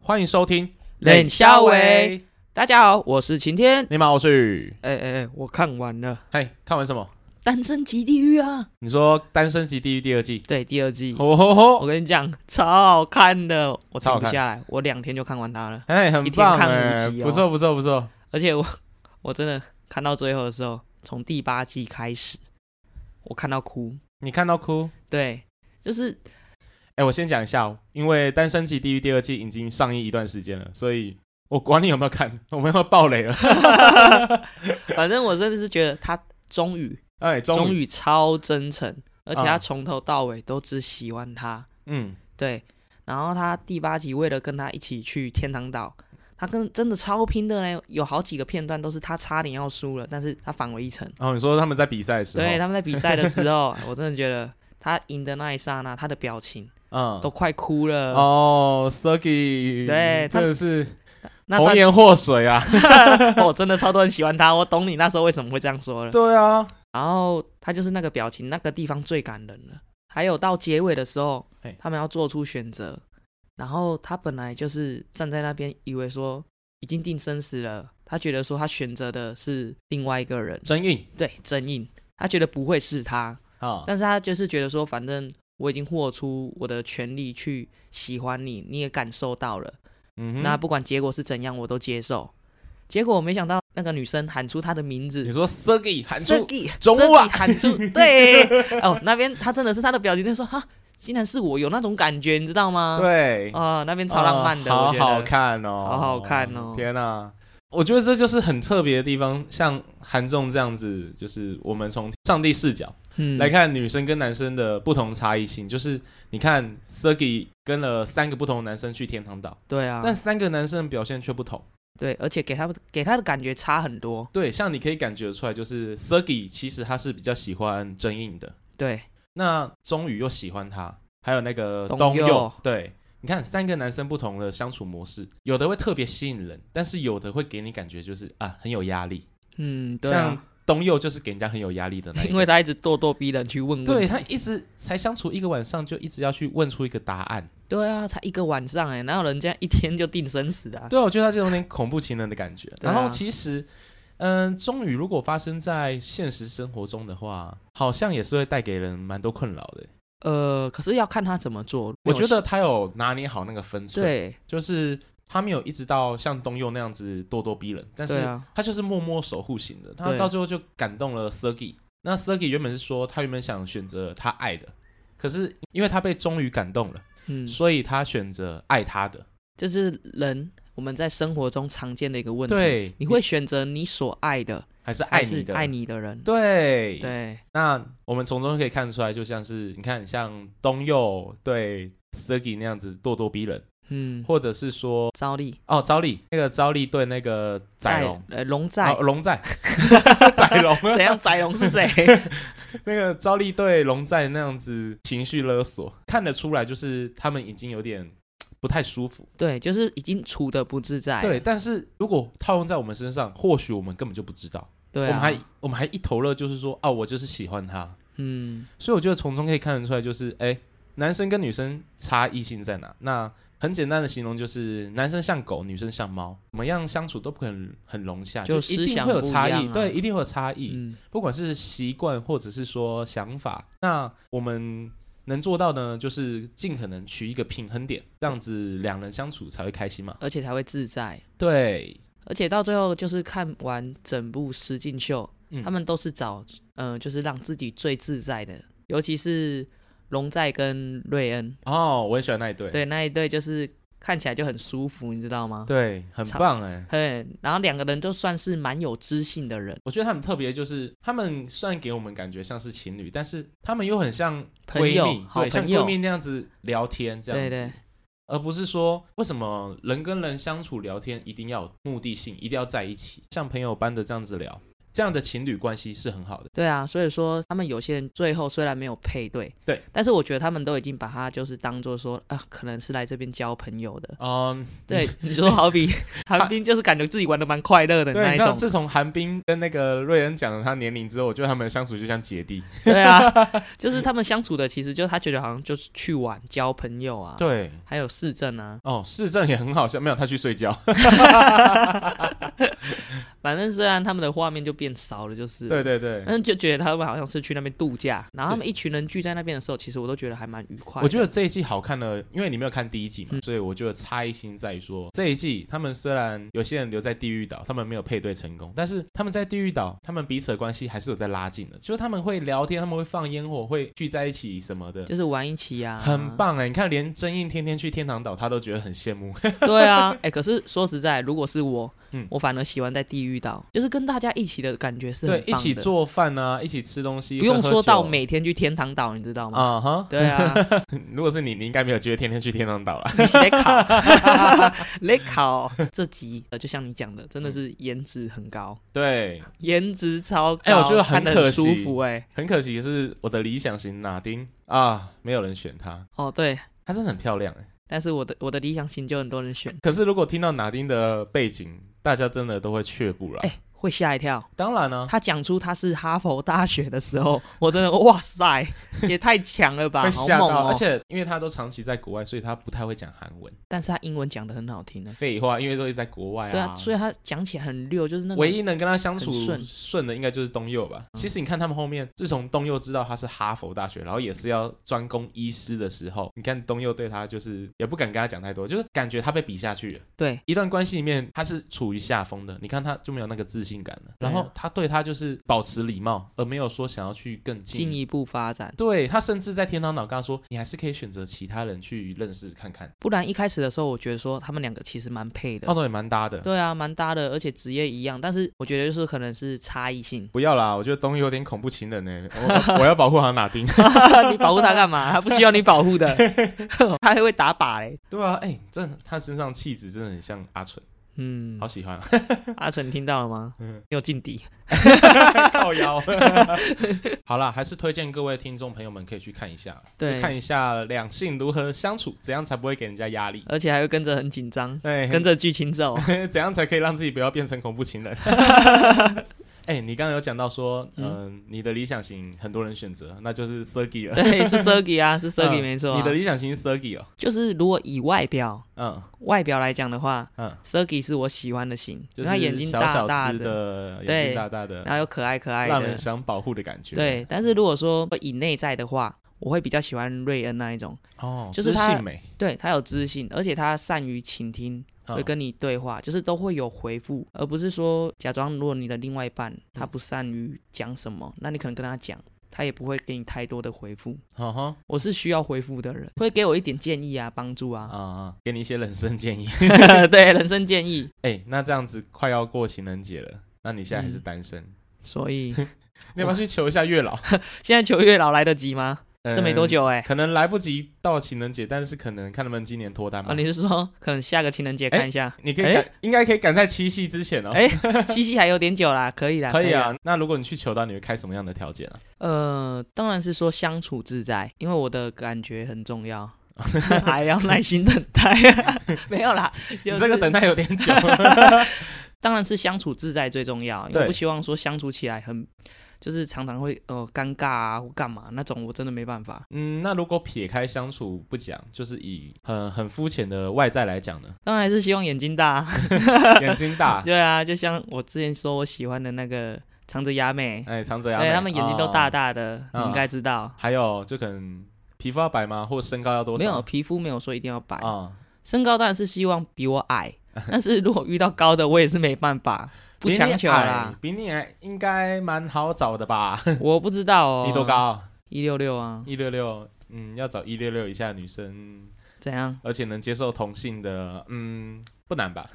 欢迎收听冷笑话，大家好，我是晴天。你好，我是哎哎哎，我看完了《嘿，看完什么？单身级地狱》啊，你说《单身级地狱》第二季？对，第二季。吼吼我吼！跟你讲，超好看的，我超好停不看下来，我两天就看完它了。哎，很一天棒看哎五集，哦不错不错不错。而且我， 我真的看到最后的时候，从第八季开始，我看到哭。你看到哭？对，就是 哎，我先讲一下哦，因为《单身级地狱》第二季已经上映一段时间了，所以我管你有没有看，我们要爆雷了。 反正我真的是觉得他终于哎，终终于，于啊超真诚，而且他嗯从头到尾都只喜欢他。嗯，对，然后他第八集为了跟他一起去天堂岛，他跟真的超拼的嘞，有好几个片段都是他差点要输了，但是他反围一城。哦然后你说他们在比赛的时候，对，他们在比赛的时候，我真的觉得他赢的那一刹那，他的表情嗯都，快哭了。哦，Sergey，对他真的是那红段颜祸水 啊。哦我真的超多人喜欢他，我懂你那时候为什么会这样说了。对啊，然后他就是那个表情，那个地方最感人了。还有到结尾的时候嘿，他们要做出选择，然后他本来就是站在那边，以为说已经定生死了，他觉得说他选择的是另外一个人，真硬对，真印，他觉得不会是他，啊，但是他就是觉得说，反正我已经豁出我的权利去喜欢你，你也感受到了，嗯哼，那不管结果是怎样，我都接受。结果我没想到那个女生喊出他的名字你，说 Sergey 喊出 Sergey，中午啊 Sergey 喊出，对，哦，那边他真的是他的表情，就说哈，竟然是我有那种感觉，你知道吗？，对，啊、那边超浪漫的，哦我好觉得好看哦，好好看哦天哪、我觉得这就是很特别的地方，像韩仲这样子，就是我们从上帝视角嗯，来看女生跟男生的不同差异性。就是你看 Sergey 跟了三个不同的男生去天堂岛，对啊，但三个男生的表现却不同。对，而且给他们给他的感觉差很多，对，像你可以感觉出来，就是 Sergey 其实他是比较喜欢真印的，对，那钟宇又喜欢他，还有那个东东佑佑，对，你看三个男生不同的相处模式，有的会特别吸引人，但是有的会给你感觉就是啊很有压力，嗯，对像啊，东佑就是给人家很有压力的那一 因个。为他一直咄咄逼人去问问题，对他一直才相处一个晚上，就一直要去问出一个答案。对啊，才一个晚上哎，哪有人家一天就定生死的、啊？对啊，我觉得他这种有点恐怖情人的感觉。对啊然后其实，嗯，钟宇如果发生在现实生活中的话，好像也是会带给人蛮多困扰的。呃，可是要看他怎么做，我觉得他有拿捏好那个分寸，对，就是他没有一直到像东佑那样子咄咄逼人，但对是啊，他就是默默守护型的。他对到最后就感动了 Sergey。那 Sergey 原本是说他原本想选择他爱的，可是因为他被终于感动了，嗯，所以他选择爱他的。这是人我们在生活中常见的一个问题，对，你会选择你所爱的。还是爱爱是你的，爱。你的人。对，对那我们从中可以看出来，就像是你看，像东佑对 Sergey 那样子咄咄逼人，嗯，或者是说招力哦，昭丽那个昭丽对那个载龙，呃龙在、 哦龙 在载龙，怎样？载龙是 谁？那个昭丽对龙在那样子情绪勒索，看得出来就是他们已经有点不太舒服。对，就是已经处的不自在了。对，但是如果套用在我们身上，或许我们根本就不知道，对我们啊，还我们还一头热，就是说啊，我就是喜欢他。嗯，所以我觉得从中可以看得出来，就是哎、男生跟女生差异性在哪？那很简单的形容就是，男生像狗，女生像猫，怎么样相处都不可能很融洽，就一思定想会有不一差样异，啊对，一定会有差异。嗯不管是习惯或者是说想法，那我们能做到呢，就是尽可能取一个平衡点，这样子两人相处才会开心嘛。而且才会自在。对，而且到最后就是看完整部实境秀，嗯他们都是找嗯、呃就是让自己最自在的，尤其是龙在跟瑞恩，哦，我很喜欢那一对，对那一对就是看起来就很舒服，你知道吗？对，很差棒哎、嗯，然后两个人就算是蛮有知性的人，我觉得他们特别就是，他们虽然给我们感觉像是情侣，但是他们又很像朋闺友蜜，好对，像朋友闺蜜那样子聊天这样对子，对，而不是说为什么人跟人相处聊天一定要有目的性，一定要在一起，像朋友般的这样子聊。这样的情侣关系是很好的。对啊，所以说他们有些人最后虽然没有配对，对，但是我觉得他们都已经把他就是当做说啊，可能是来这边交朋友的。嗯， 对，你说好比韩冰就是感觉自己玩的蛮快乐的那对，一那种，自从韩冰跟那个瑞恩讲了他年龄之后，我觉得他们相处就像姐弟。对啊，就是他们相处的其实就他觉得好像就是去玩交朋友啊，，对，还有市政啊，哦，市政也很好笑，没有他去睡觉。反正虽然他们的画面就变少了，就是 对对对，但是就觉得他们好像是去那边度假，然后他们一群人聚在那边的时候，其实我都觉得还蛮愉快的。嗯我觉得这一季好看的，因为你没有看第一季嘛，所以我觉得差异性在于说，这一季他们虽然有些人留在地狱岛，他们没有配对成功，但是他们在地狱岛，他们彼此的关系还是有在拉近的，就是他们会聊天，他们会放烟火，会聚在一起什么的。就是玩一起啊，很。棒哎、你看，连真印天天去天堂岛，他都觉得很羡慕。 对啊，哎、可是说实在，如果是我，嗯我反而喜欢在地狱岛，就是跟大家一起的感觉是很对棒，的。一起做饭啊，一起吃东西，不用喝喝说到酒每天去天堂岛，你知道吗？啊哈。对啊， 如果是你，你应该没有机会天天去天堂岛啦。你是在考，在考这集，呃，就像你讲的，真的是颜值很高， 对，颜值超高，哎我觉得很看得可很惜舒服、哎，很可惜是我的理想型哪丁啊，没有人选他，哦对，他真的很漂亮哎、但是我的我的理想型就很多人选，可是如果听到哪丁的背景，大家真的都会却步了。哎、会吓一跳。当然啊呢、他讲出他是哈佛大学的时候，我真的哇塞，也太强了吧，会好吓猛到，哦！而且因为他都长期在国外，所以他不太会讲韩文。但是他英文讲的很好听啊呢。废话，因为都是在国外嗯对啊，所以以他讲起来很溜，就是那种唯一能跟他相处很顺顺的，应该就是东佑吧。嗯其实你看他们后面，自从东佑知道他是哈佛大学，然后也是要专攻医师的时候，你看东佑对他就是也不敢跟他讲太多，就是感觉他被比下去了。对一段关系里面，他是处于下风的，你看他就没有那个自信感了。对然啊后他对他就是保持礼貌，而没有说想要去更进进一步发展。对他甚至在天堂岛跟他说，你还是可以选择其他人去认识看看，不然一开始的时候，我觉得说他们两个其实蛮配的。奥斗也蛮搭的。。哦对啊，蛮搭的，而且职业一样，但是我觉得就是可能是差异性不要啦，我觉得东西有点恐怖情人呢、欸我我 要保护好马丁。 你保护他干嘛？他不需要你保护的， 他还会打靶欸嘞。对啊，哎、真的，他身上气质真的很像阿纯，嗯好，喜欢、啊，阿成，你听到了吗？你有劲敌。 靠 腰。好啦，还是推荐各位听众朋友们可以去看一下，对去看一下两性如何相处，怎样才不会给人家压力。而且还会跟着很紧张，对， 跟着剧情 走。 怎样才可以让自己不要变成恐怖情 人？哎、你刚刚有讲到说，嗯、你的理想型很多人选择，那就是 Sergey 了。对，是 Sergey 啊，是 Sergey 嗯没错啊、你的理想型是 Sergey 哦，就是如果以外表嗯外表来讲的话嗯， ，Sergey 是我喜欢的型，就因为他是眼睛小大小大只的，的，对眼睛大大的，然后又可爱可爱嗯让人的。想保护的感觉。对，但是如果说以内在的话，我会比较喜欢瑞恩那一种，哦，就是知他性美，对他有知性，而且他善于倾听，嗯会跟你对话，就是都会有回复，而不是说假装如果你的另外一半他不善于讲什么，那你可能跟他讲，他也不会给你太多的回复。嗯哼我是需要回复的人，会给我一点建议啊，帮助啊 啊，啊，给你一些人生建议。 对，人生建议。哎、那这样子快要过情人节了，那你现在还是单身，嗯 所以你要不要去求一下月老？现在求月老来得及吗？嗯是没多久哎、可能来不及到情人节，但是可能看能不能今年脱单嘛。啊，你是说可能下个情人节哎看一下？你可以赶，应该可以赶在七夕之前哦。哎、 七夕还有点久啦，可以啦，可以啦。啊。那如果你去求到，你会开什么样的条件啊？呃，当然是说相处自在，因为我的感觉很重要， 还要耐心等待。 没有啦，你就是、这个等待有点 久。当然是相处自在最重要，因为对我不希望说相处起来很。就是常常会呃尴尬啊或干嘛那种，我真的没办法。嗯，那如果撇开相处不讲，就是以很很肤浅的外在来讲呢， 当然还是希望眼睛大啊、眼睛 大，对啊，就像我之前说我喜欢的那个长泽雅美，哎，长泽雅美，对他们眼睛都大哦大的，你嗯应该知道。还有就可能皮肤要白吗？或身高要多少？没有皮肤没有说一定要白，啊，身高当然是希望比我矮， 但是如果遇到高的，我也是没 办法，不强求啦。比你矮，比你矮应该蛮好找的吧？我不知道哦，你多？高？一六六啊，一六六。嗯，要找一六六以下的女生，怎样？而且能接受同性的，嗯，不难吧？，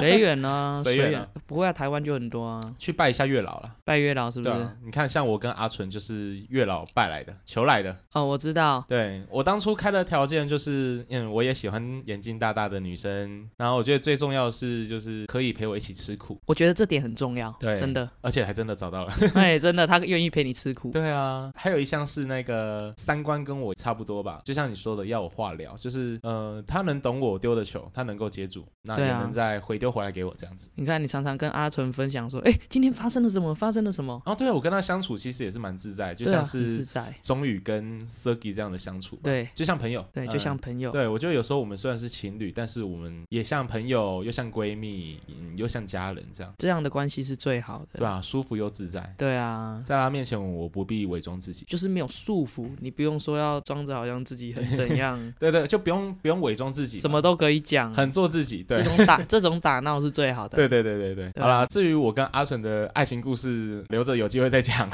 随缘呢 随随缘啊缘，不会啊，台湾就很多啊，去拜一下月老啦。拜月老是不对是？啊，你看，像我跟阿纯就是月老拜来的，求来的。哦，我知道，对我当初开的条件就是，嗯，我也喜欢眼睛大大的女生，然后我觉得最重要的是就是可以陪我一起吃苦，我觉得这点很重要，对真的， 而且还真的找到了。哎，真的，他愿意陪你 吃苦，对啊，还有一项是那个三观跟我差不多吧，就像你说的要我化疗，就是呃，他能懂我丢的球，他能够接住，那对也啊能再回丢回来给我这样子。你看，你常常跟阿纯分享说，哎，今天发生了什么？发生了什么？哦，对啊，我跟他相处其实也是蛮自在，就对啊，像很自是在，钟宇跟 Sergi 这样的相处吧，对就像朋友，对，嗯就像朋友，对，我觉得有时候我们虽然是情侣，但是我们也像朋友，又像闺蜜，嗯，又像家人这样，这样的关系是最好的，对啊吧、舒服又自在，对啊，在他面前我不必伪装自己，就是没有束缚，你不用说要装着好像自己很 ，怎样对对，就不用不用伪装自己，什么都可以讲，很做自己，这对。种打这种打闹是最好的对对对对对，对好啦，至于我跟阿纯的爱情故事，留着有机会再 讲。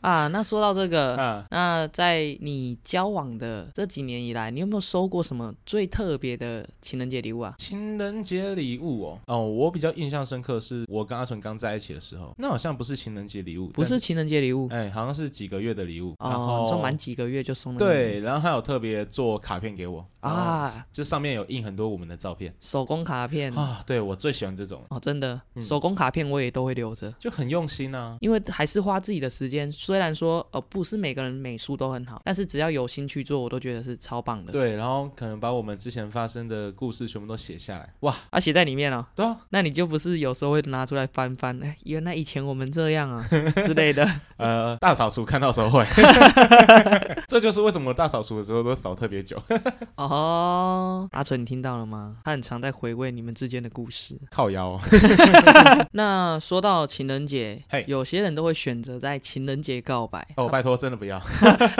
啊。那说到这个，嗯，那在你交往的这几年以来，你有没有收过什么最特别的情人节礼物啊？ 情人节礼物哦，哦，我比较印象深刻是我跟阿纯刚在一起的时候，那好像不是情人节礼物，不是但，情人节礼物哎、好像是几个月的礼物，然哦，后你说满几个月就送了对，然后还有特别做卡片给我啊，嗯然后这上面有印很多我们的照片手工卡片啊，对我最喜欢这种，哦，真的嗯手工卡片我也都会留着。就很用心啊。因为还是花自己的时间，虽然说呃不是每个人美术都很好，但是只要有心去做，我都觉得是超棒的。对，然后可能把我们之前发生的故事全部都写下来，哇，啊，写在里面哦，对啊，那你就不是有时候会拿出来翻翻，哎，原来以前我们这样 啊之类的。呃， 大扫除看到手 会，这就是为什么我大扫除的时候都扫特别久， 哦，阿纯，你听到了吗？他很常在回味你们之间的故事。靠腰、哦。那说到情人节嘿，有些人都会选择在情人节告白，哦，拜托，真的不要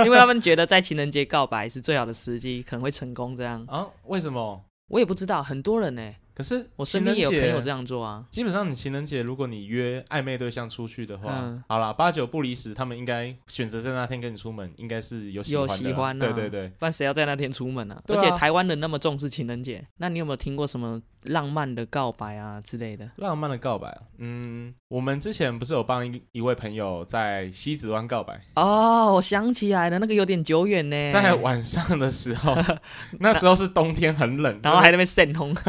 因为他们觉得在情人节告白是最好的时机，可能会成功。这样，啊？为什么？我也不知道，很多人呢、可是我身边也有朋友这样。样做啊。基本上，你情人节如果你约暧昧对象出去的话，嗯好啦，八九不离十，他们应该选择在那天跟你出门，应该是有喜有欢的啦喜欢啊对对对，不然谁要在那天出门啊？对啊而且台湾人那么重视情人节，那你有没有听过什么浪漫的告白啊之类的？浪漫的告白啊，嗯，我们之前不是有帮一一位朋友在西子湾告白，哦，我想起来了，那个有点久远呢。在晚上的时 候，那时候是冬天，很冷，然后还在那边扇风，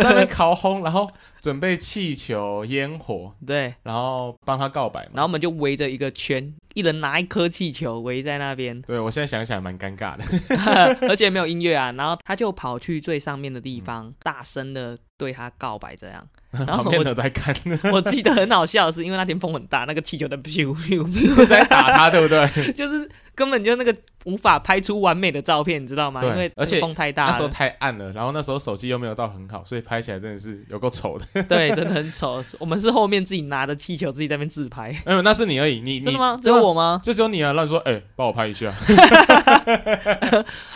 在那边烤烘，然后准备气球、烟火， 对，然后帮他告白然嘛。，后我们就围着一个圈，一人拿一颗气球围在那边 对我现在想想蛮尴尬的，而且没有音乐啊，然后他就跑去最上面的地方，大声的对他告白，这 样。然旁后边我的都在 看，我记得很好笑的是，因为那天风很大，那个气球的咻咻都咻在打他，对不对？ 就是根本就那个无法拍出完美的照片，你知道吗？对因为而且风太那大时候了，太暗了，然后那时候手机又没有到很好，所以拍起来真的是有够丑的。 对，真的很丑。我们是后面自己拿着气球自己在那边自拍，没有，那是你而已，你你真的吗？只有，我吗？就只有你啊！乱说，哎，帮我拍一下，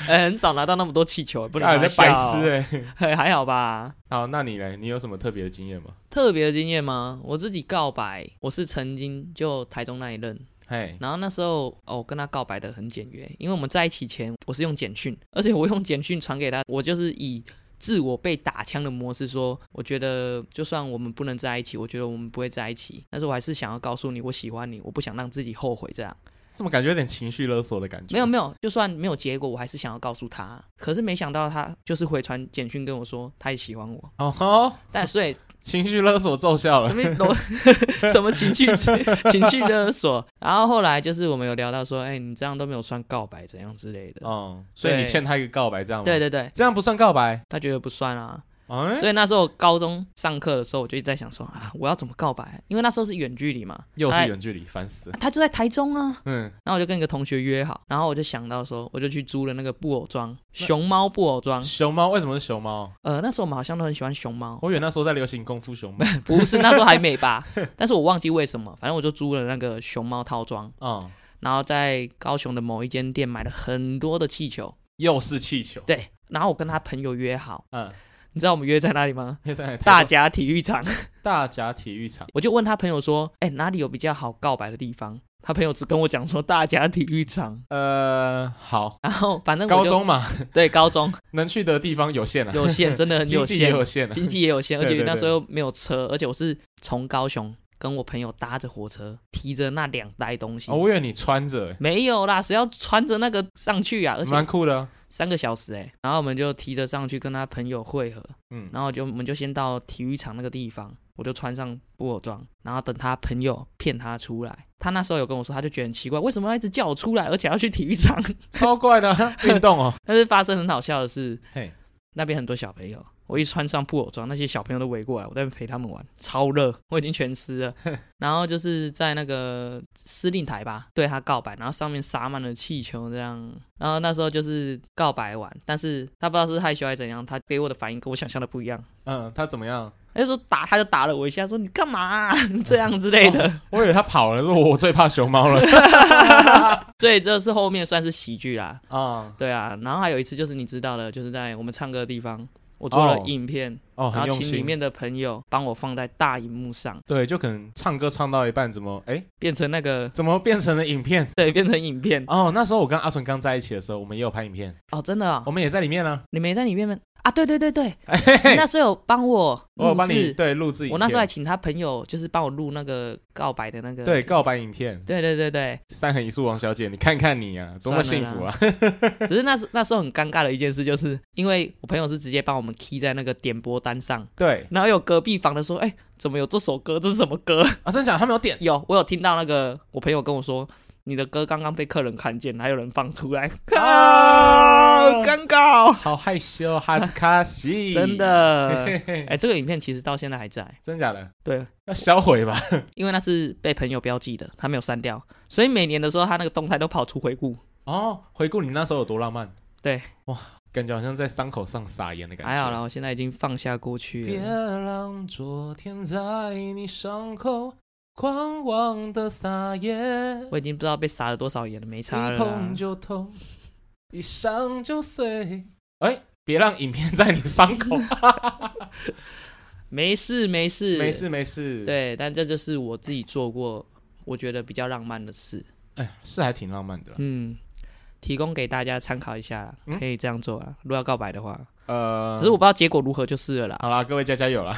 呃，很少拿到那么多气球，不能啊，你拿在白笑痴哎。还还好吧。 好，那你嘞？你有什么特别的经验吗？特别的经验吗？我自己告白，我是曾经就台中那一任，嘿，然后那时候哦，我跟他告白的很简约，因为我们在一起前我是用简讯，而且我用简讯传给他，我就是以自我被打枪的模式说，我觉得就算我们不能在一起，我觉得我们不会在一起，但是我还是想要告诉你我喜欢你，我不想让自己后悔这样。怎么感觉有点情绪勒索的感觉？没有，没有，就算没有结果，我还是想要告诉他。可是没想到他就是回传简讯跟我说他也喜欢我，哦吼，但所以情绪勒索奏效什了。么楼 什么情绪 情绪勒索。然后后来就是我们有聊到说，哎、你这样都没有算告白怎样之类的。嗯，所以你对欠他一个告白，这样吗？对，对对，这样不算告白。他觉得不算啊。哎，所以那时候高中上课的时候，我就一直在想说啊，我要怎么告白？因为那时候是远距离嘛，又他是远距离，烦 死了。他就在台中啊。嗯，然后我就跟一个同学约好，然后我就想到说，我就去租了那个布偶装，熊猫布偶装。熊猫为什么是熊猫？呃，那时候我们好像都很喜欢 熊猫，我以为那时候在流行功夫熊 猫。不是那时候还美吧？但是我忘记为什么，反正我就租了那个熊猫套装。嗯，然后在高雄的某一间店买了很多的气球，又是气球。对。然后我跟他朋友约好，嗯，你知道我们约在哪里吗？现在大大甲体育场。大甲体育场。我就问他朋友说：“哎、哪里有比较好告白的地方？”他朋友只跟我讲说大家体育场，呃，好，然后反正我高就中嘛， 对高中能去的地方有限啊，有限，真的很经有济也限，有限啊，经济也有限，而对且对那对时候没有车，而且我是从高雄跟我朋友搭着火车，提着那两袋东西。哦，我以为你穿着欸，没有啦，谁要穿着那个上去啊？而蛮且酷的啊，三个小时哎、然后我们就提着上去跟他朋友会合，嗯，然后就我们就先到体育场那个地方，我就穿上布偶装，然后等他朋友骗他出来。他那时候有跟我说，他就觉得很奇怪，为什么要一直叫我出来，而且要去体育场？ 超怪的啊运动哦，但是发生很好笑的是，嘿，那边很多小朋友，我一穿上布偶装，那些小朋友都围过来，我在那边陪他们玩，超热，我已经全湿了。然后就是在那个司令台吧，对他告白，然后上面撒满了气球这样。然后那时候就是告白完，但是他不知道是害羞还是怎样，他给我的反应跟我想象的不一样。嗯，他怎么样？他就说打，他就打了我一下，说你干嘛啊、 这样之类的。我以为他跑了，我我最怕熊猫 了所以这是后面算是喜剧啦，啊，对啊。然后还有一次就是你知道的，就是在我们唱歌的地方，我做了哦影片，哦，然很后用请里心。面的朋友帮我放在大荧幕上，对，就可能唱歌唱到一半，怎么哎，变成那个怎么变成了影片？对，变成影片哦，那时候我跟阿纯刚在一起的时候，我们也有拍影片，哦，真的、我哦，们也在里面呢。你没在里面吗？啊，对对对对，哎嘿你嘿那时候有帮我我有录帮你制，对录制影片，我那时候还请他朋友就是帮我录那个告白的那个，对告白影片，对对对对，三横一竖王小姐，你看看你啊，多么幸福啊！只是那时那时候很尴尬的一件事，就是因为我朋友是直接帮我们 key 在那个点播单上，对然后有隔壁房的说，哎、怎么有这首歌？这是什么歌？ 啊，真的假的？他没有点有，我有听到那个我朋友跟我说，你的歌刚刚被客人看见，还有人放出来， 啊，哎啊，尴尬哦，好害羞，哈兹卡西，真，的。 嘿嘿哎、这个影片其实到现在还在，真假的？对，要销毁吧？因为那是被朋友标记的，他没有删掉，所以每年的时候他那个动态都跑出回顾，哦，回顾你那时候有多浪漫，对，哇，感觉好像在伤口上撒盐的感觉。还好啦，。我现在已经放下过去别了。让昨天在你伤口狂妄的撒野，我已经不知道被撒了多少盐了，没差一啊了啦碰。就痛，一伤就碎。哎，别让影片在你伤 口。没事没事没。事没事。，对，但这就是我自己做过，我觉得比较浪漫的事。哎，是还挺浪漫的啦。嗯，提供给大家参考一下啦，嗯可以这样做啊。如果要告白的话，呃，只是我不知道结果如何就是了啦。好啦，各位加加油啦。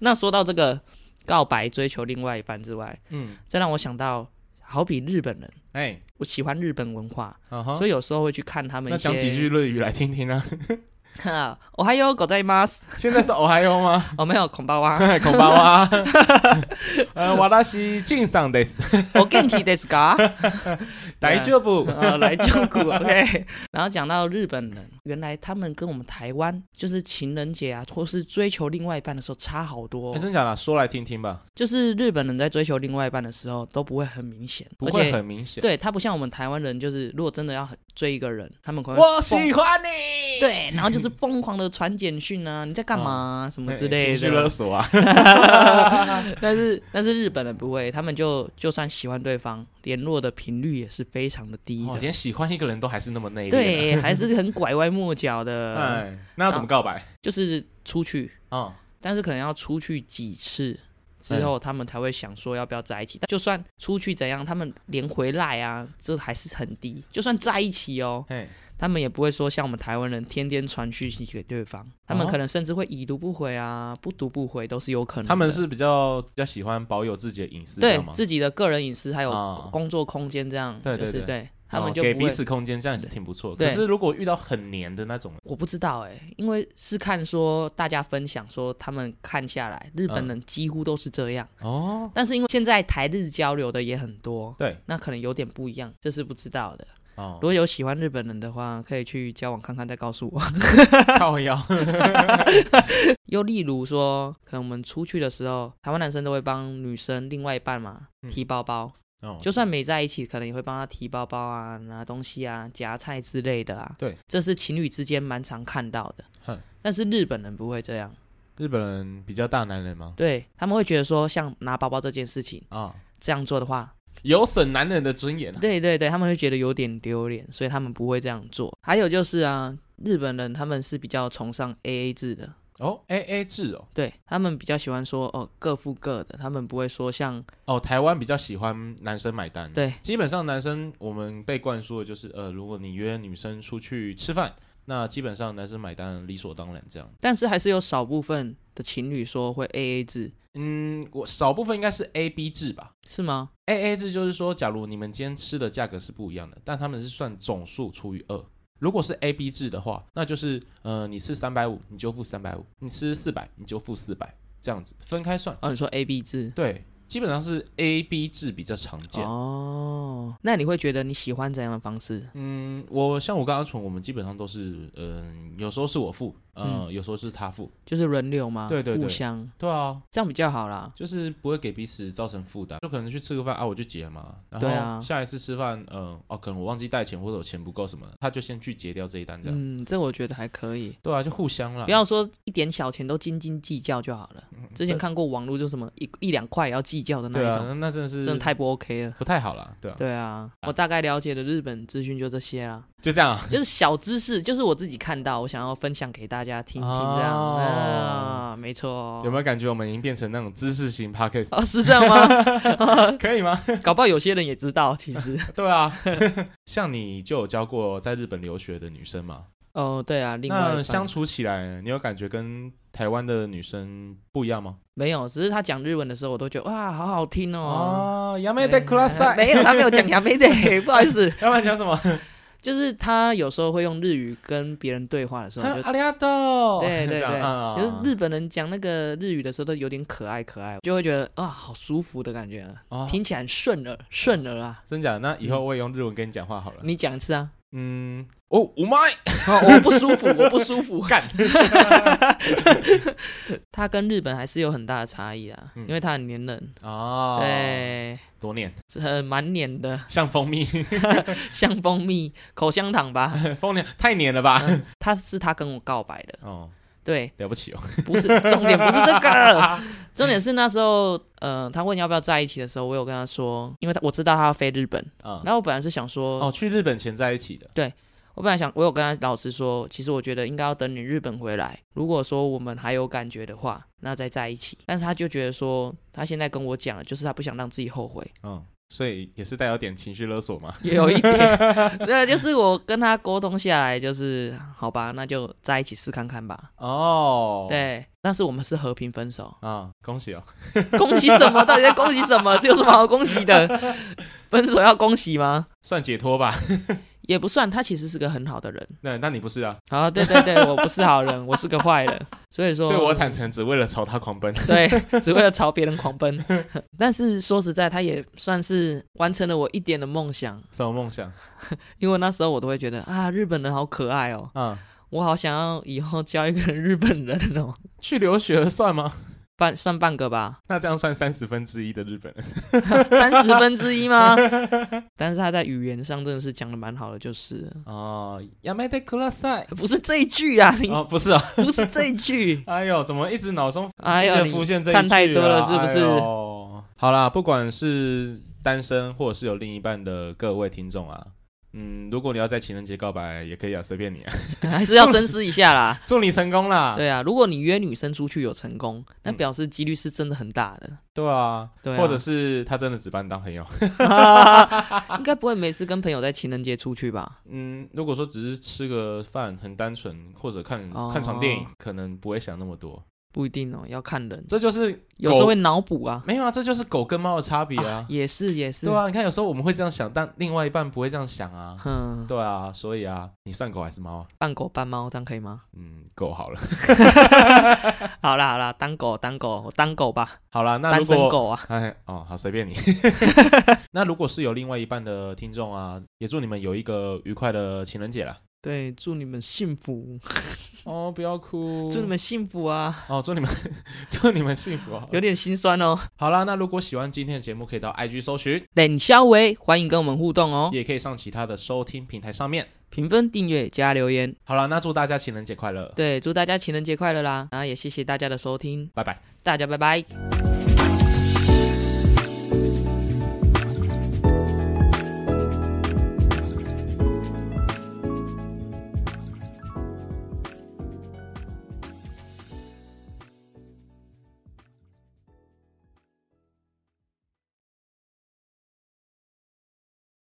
那说到这个告白追求另外一半之外，嗯，这让我想到，好比日本人。 哎，我喜欢日本文化，啊哈所，以有时候会去看他们那一些。讲几句日语来听听 啊。哈。"Oh, 我还有狗在吗？现在是 Ohio 吗？哦，没有恐怖啊。 恐怕 哇。呃，我那是敬上的，我 genki d e s ka。 大丈夫。呃，来救 苦。OK。然后讲到日本人，原来他们跟我们台湾就是情人节啊，或是追求另外一半的时候差好多哦、哎真假的，说来听听吧，就是日本人在追求另外一半的时候都不会很明显，不而会且很明显。对他不像我们台湾人，就是如果真的要很追一个人，他们可能会我疯喜欢你。对，然后就是疯狂的传简讯啊，你在干嘛 啊、什么哎，之类情绪勒的。索啊！但是但是日本人不会，他们就就算喜欢对方，联络的频率也是非常的低的，哦，连喜欢一个人都还是那么内敛。，对，还是很拐弯抹角的， 哎，那要怎么告白？就是出去，哦，但是可能要出去几次。之哎后他们才会想说要不要在一起，但就算出去怎样，他们连回来啊，这还是很低。就算在一起哦，嘿，他们也不会说像我们台湾人天天传讯息给对方，他们哦可能甚至会已读不回啊，不读不回都是有可能的。他们是比较比较喜欢保有自己的隐私，这对样吗自己的个人隐私还有啊工作空间这样，对对就是对对他们哦就给不彼会。此空间，这样也是挺不错。对可是如果遇到很黏的那种，我不知道哎、因为是看说大家分享说他们看下来，日本嗯人几乎都是这样，哦，但是因为现在台日交流的也很多，对，那可能有点不一样，这是不知道的。哦如，果有喜欢日本人的话，可以去交往看看再告诉我。 靠 腰，又例如说，可能我们出去的时候，台湾男生都会帮女生另外一半嘛嗯提包包，哦，就算没在一起，可能也会帮他提包包啊、拿东西啊、夹菜之类的啊。对，这是情侣之间蛮常看到的哼。但是日本人不会这样，日本人比较大男人吗？对他们会觉得说，像拿包包这件事情啊，这样做的话，有损男人的尊严啊。对对对，他们会觉得有点丢脸，所以他们不会这样做。还有就是啊，日本人他们是比较崇尚 A A 制的，哦，A A 制哦，对他们比较喜欢说哦各付各的，他们不会说像哦，台湾比较喜欢男生买单。对，基本上男生我们被灌输的就是，呃，如果你约女生出去吃饭，那基本上男生买单理所当然这样。但是还是有少部分的情侣说会 A A 制，嗯，我少部分应该是 A B 制吧。是吗？ A A 制就是说，假如你们今天吃的价格是不一样的，但他们是算总数除以二。如果是 A B 制的话，那就是呃，你吃三百五你就付三百五，你吃四百你就付四百，这样子分开算。哦，你说 A B 制。对，基本上是 A B 制比较常见。哦，那你会觉得你喜欢怎样的方式？嗯，我像我跟阿纯，我们基本上都是，嗯、有时候是我付，呃，嗯有时候是他付，就是轮流吗？对对对互相对啊，这样比较好啦。就是不会给彼此造成负担，就可能去吃个饭啊，我就结嘛，然对啊后下一次吃饭，嗯、哦，可能我忘记带钱或者我钱不够什么的，他就先去结掉这一单这样，嗯，这我觉得还可以，对啊，嗯就互相啦，不要说一点小钱都斤斤计较就好了。之前看过网络就什么一一两块也要计较的那对一啊，种，那那真的是真的太不 OK 了。不太好啦，对啊，对啊，我大概了解的日本资讯就这些啦，就这样啊，就是小知识，就是我自己看到，我想要分享给大家听听这样。哦啊，没错。有没有感觉我们已经变成那种知识型 podcast？ 哦，是这样吗？ 呃可以吗？搞不好有些人也知道，其 实。对啊，像你就有交过在日本留学的女生吗？哦，对啊，另外那一相半处起来，你有感觉跟台湾的女生不一样吗？没有，只是他讲日文的时候，我都觉得哇，好好听哦。哦，亚没美的 class，没有，他没有讲亚美得，不好意思， 要不然讲什么？就是他有时候会用日语跟别人对话的时候，就阿里阿多， 对对这样对，啊就是日本人讲那个日语的时候都有点可爱可爱，就会觉得啊，好舒服的感觉，啊哦听起来很顺耳顺耳啊。真假？那以后我也用日文跟你讲话好了。你讲一次啊，嗯，哦，五麦， 哦我不舒服，我不舒 服。干， 他跟日本还是有很大的差异啊，嗯因为他很黏人，哦，，对，多念，是很蛮黏的， 像蜂蜜， 像蜂蜜口香糖 吧。蜂娘太黏了吧？他是他跟我告白的，哦，对，了不起哦，不是 重点，不是这个，重点是那时候，呃，他问要不要在一起的时候，我有跟他说，因为他我知道他要飞日本， 啊，然后我本来是想说，哦，去日本前在一起的，我本来想，我有跟他老师说，其实我觉得应该要等你日本回来，如果说我们还有感觉的话，那再在一起。但是他就觉得说，他现在跟我讲了，就是他不想让自己后悔，嗯，所以也是带有点情绪勒索嘛。 也有一点， 对，就是我跟他沟通下来，就是好吧，那就在一起试看看吧。哦，，对，但是我们是和平分手。啊，恭喜哦， 恭喜什么？到底在恭喜什么？这有什么好恭喜的？分手要恭喜吗？算解脱吧。 也不算，他其实是个很好的人。那那你不是啊？啊，对对对，我不是好人，我是个坏人。所以说，对我坦诚，只为了朝他狂奔。对，只为了朝别人狂奔。但是说实在，他也算是完成了我一点的梦想， 什么梦想？因为那时候我都会觉得啊，日本人好可爱哦，啊，我好想要以后交一个日本人哦， 去留学算吗？半算半个吧，那这样算三十分之一的日本人。三十分之一吗？ 但是他在语言上真的是讲的蛮好的，就是了哦，亚美得库拉塞。不是这一句啊，你哦，不是啊，。不是这一句哎呦，怎么一直脑中哎一直呦，浮你现这一句啊看太多了是不是哎呦好啦，不管是单身或者是有另一半的各位听众啊，嗯，如果你要在情人节告白也可以啊，随便你啊，还是要深思一下 啦。祝你成功啦。对啊，如果你约女生出去有成功，那嗯表示几率是真的很大的。对啊，对啊或者是他真的只把你当朋友。 应该不会每次跟朋友在情人节出去吧？嗯，如果说只是吃个饭，很单纯，或者看、哦看场电影，可能不会想那么多。不一定哦，要看人，这就是有时候会脑补啊。没有啊，这就是狗跟猫的差别啊。也是也是，对，啊，你看有时候我们会这样想，但另外一半不会这样想啊。嗯，对啊，所以啊，你算狗还是猫啊？扮狗扮猫这样可以吗？嗯，狗好 了。好啦好啦，当狗当狗，我当狗吧，好啦，那单如身果狗啊。 哎哦，好随便 你。 那如果是有另外一半的听众啊，也祝你们有一个愉快的情人节 啦。对，祝你们幸福，哦，不要哭，祝你们幸福啊！哦，祝你们 祝你们幸福啊。有点心酸哦。好啦，那如果喜欢今天的节目，可以到 IG 搜寻，冷肖维，欢迎跟我们互动哦，也可以上其他的收听平台上面。评分、订阅、加留言。好啦，那祝大家情人节快乐，啊对，祝大家情人节快乐啦！然后也谢谢大家的收听，拜拜。大家拜拜。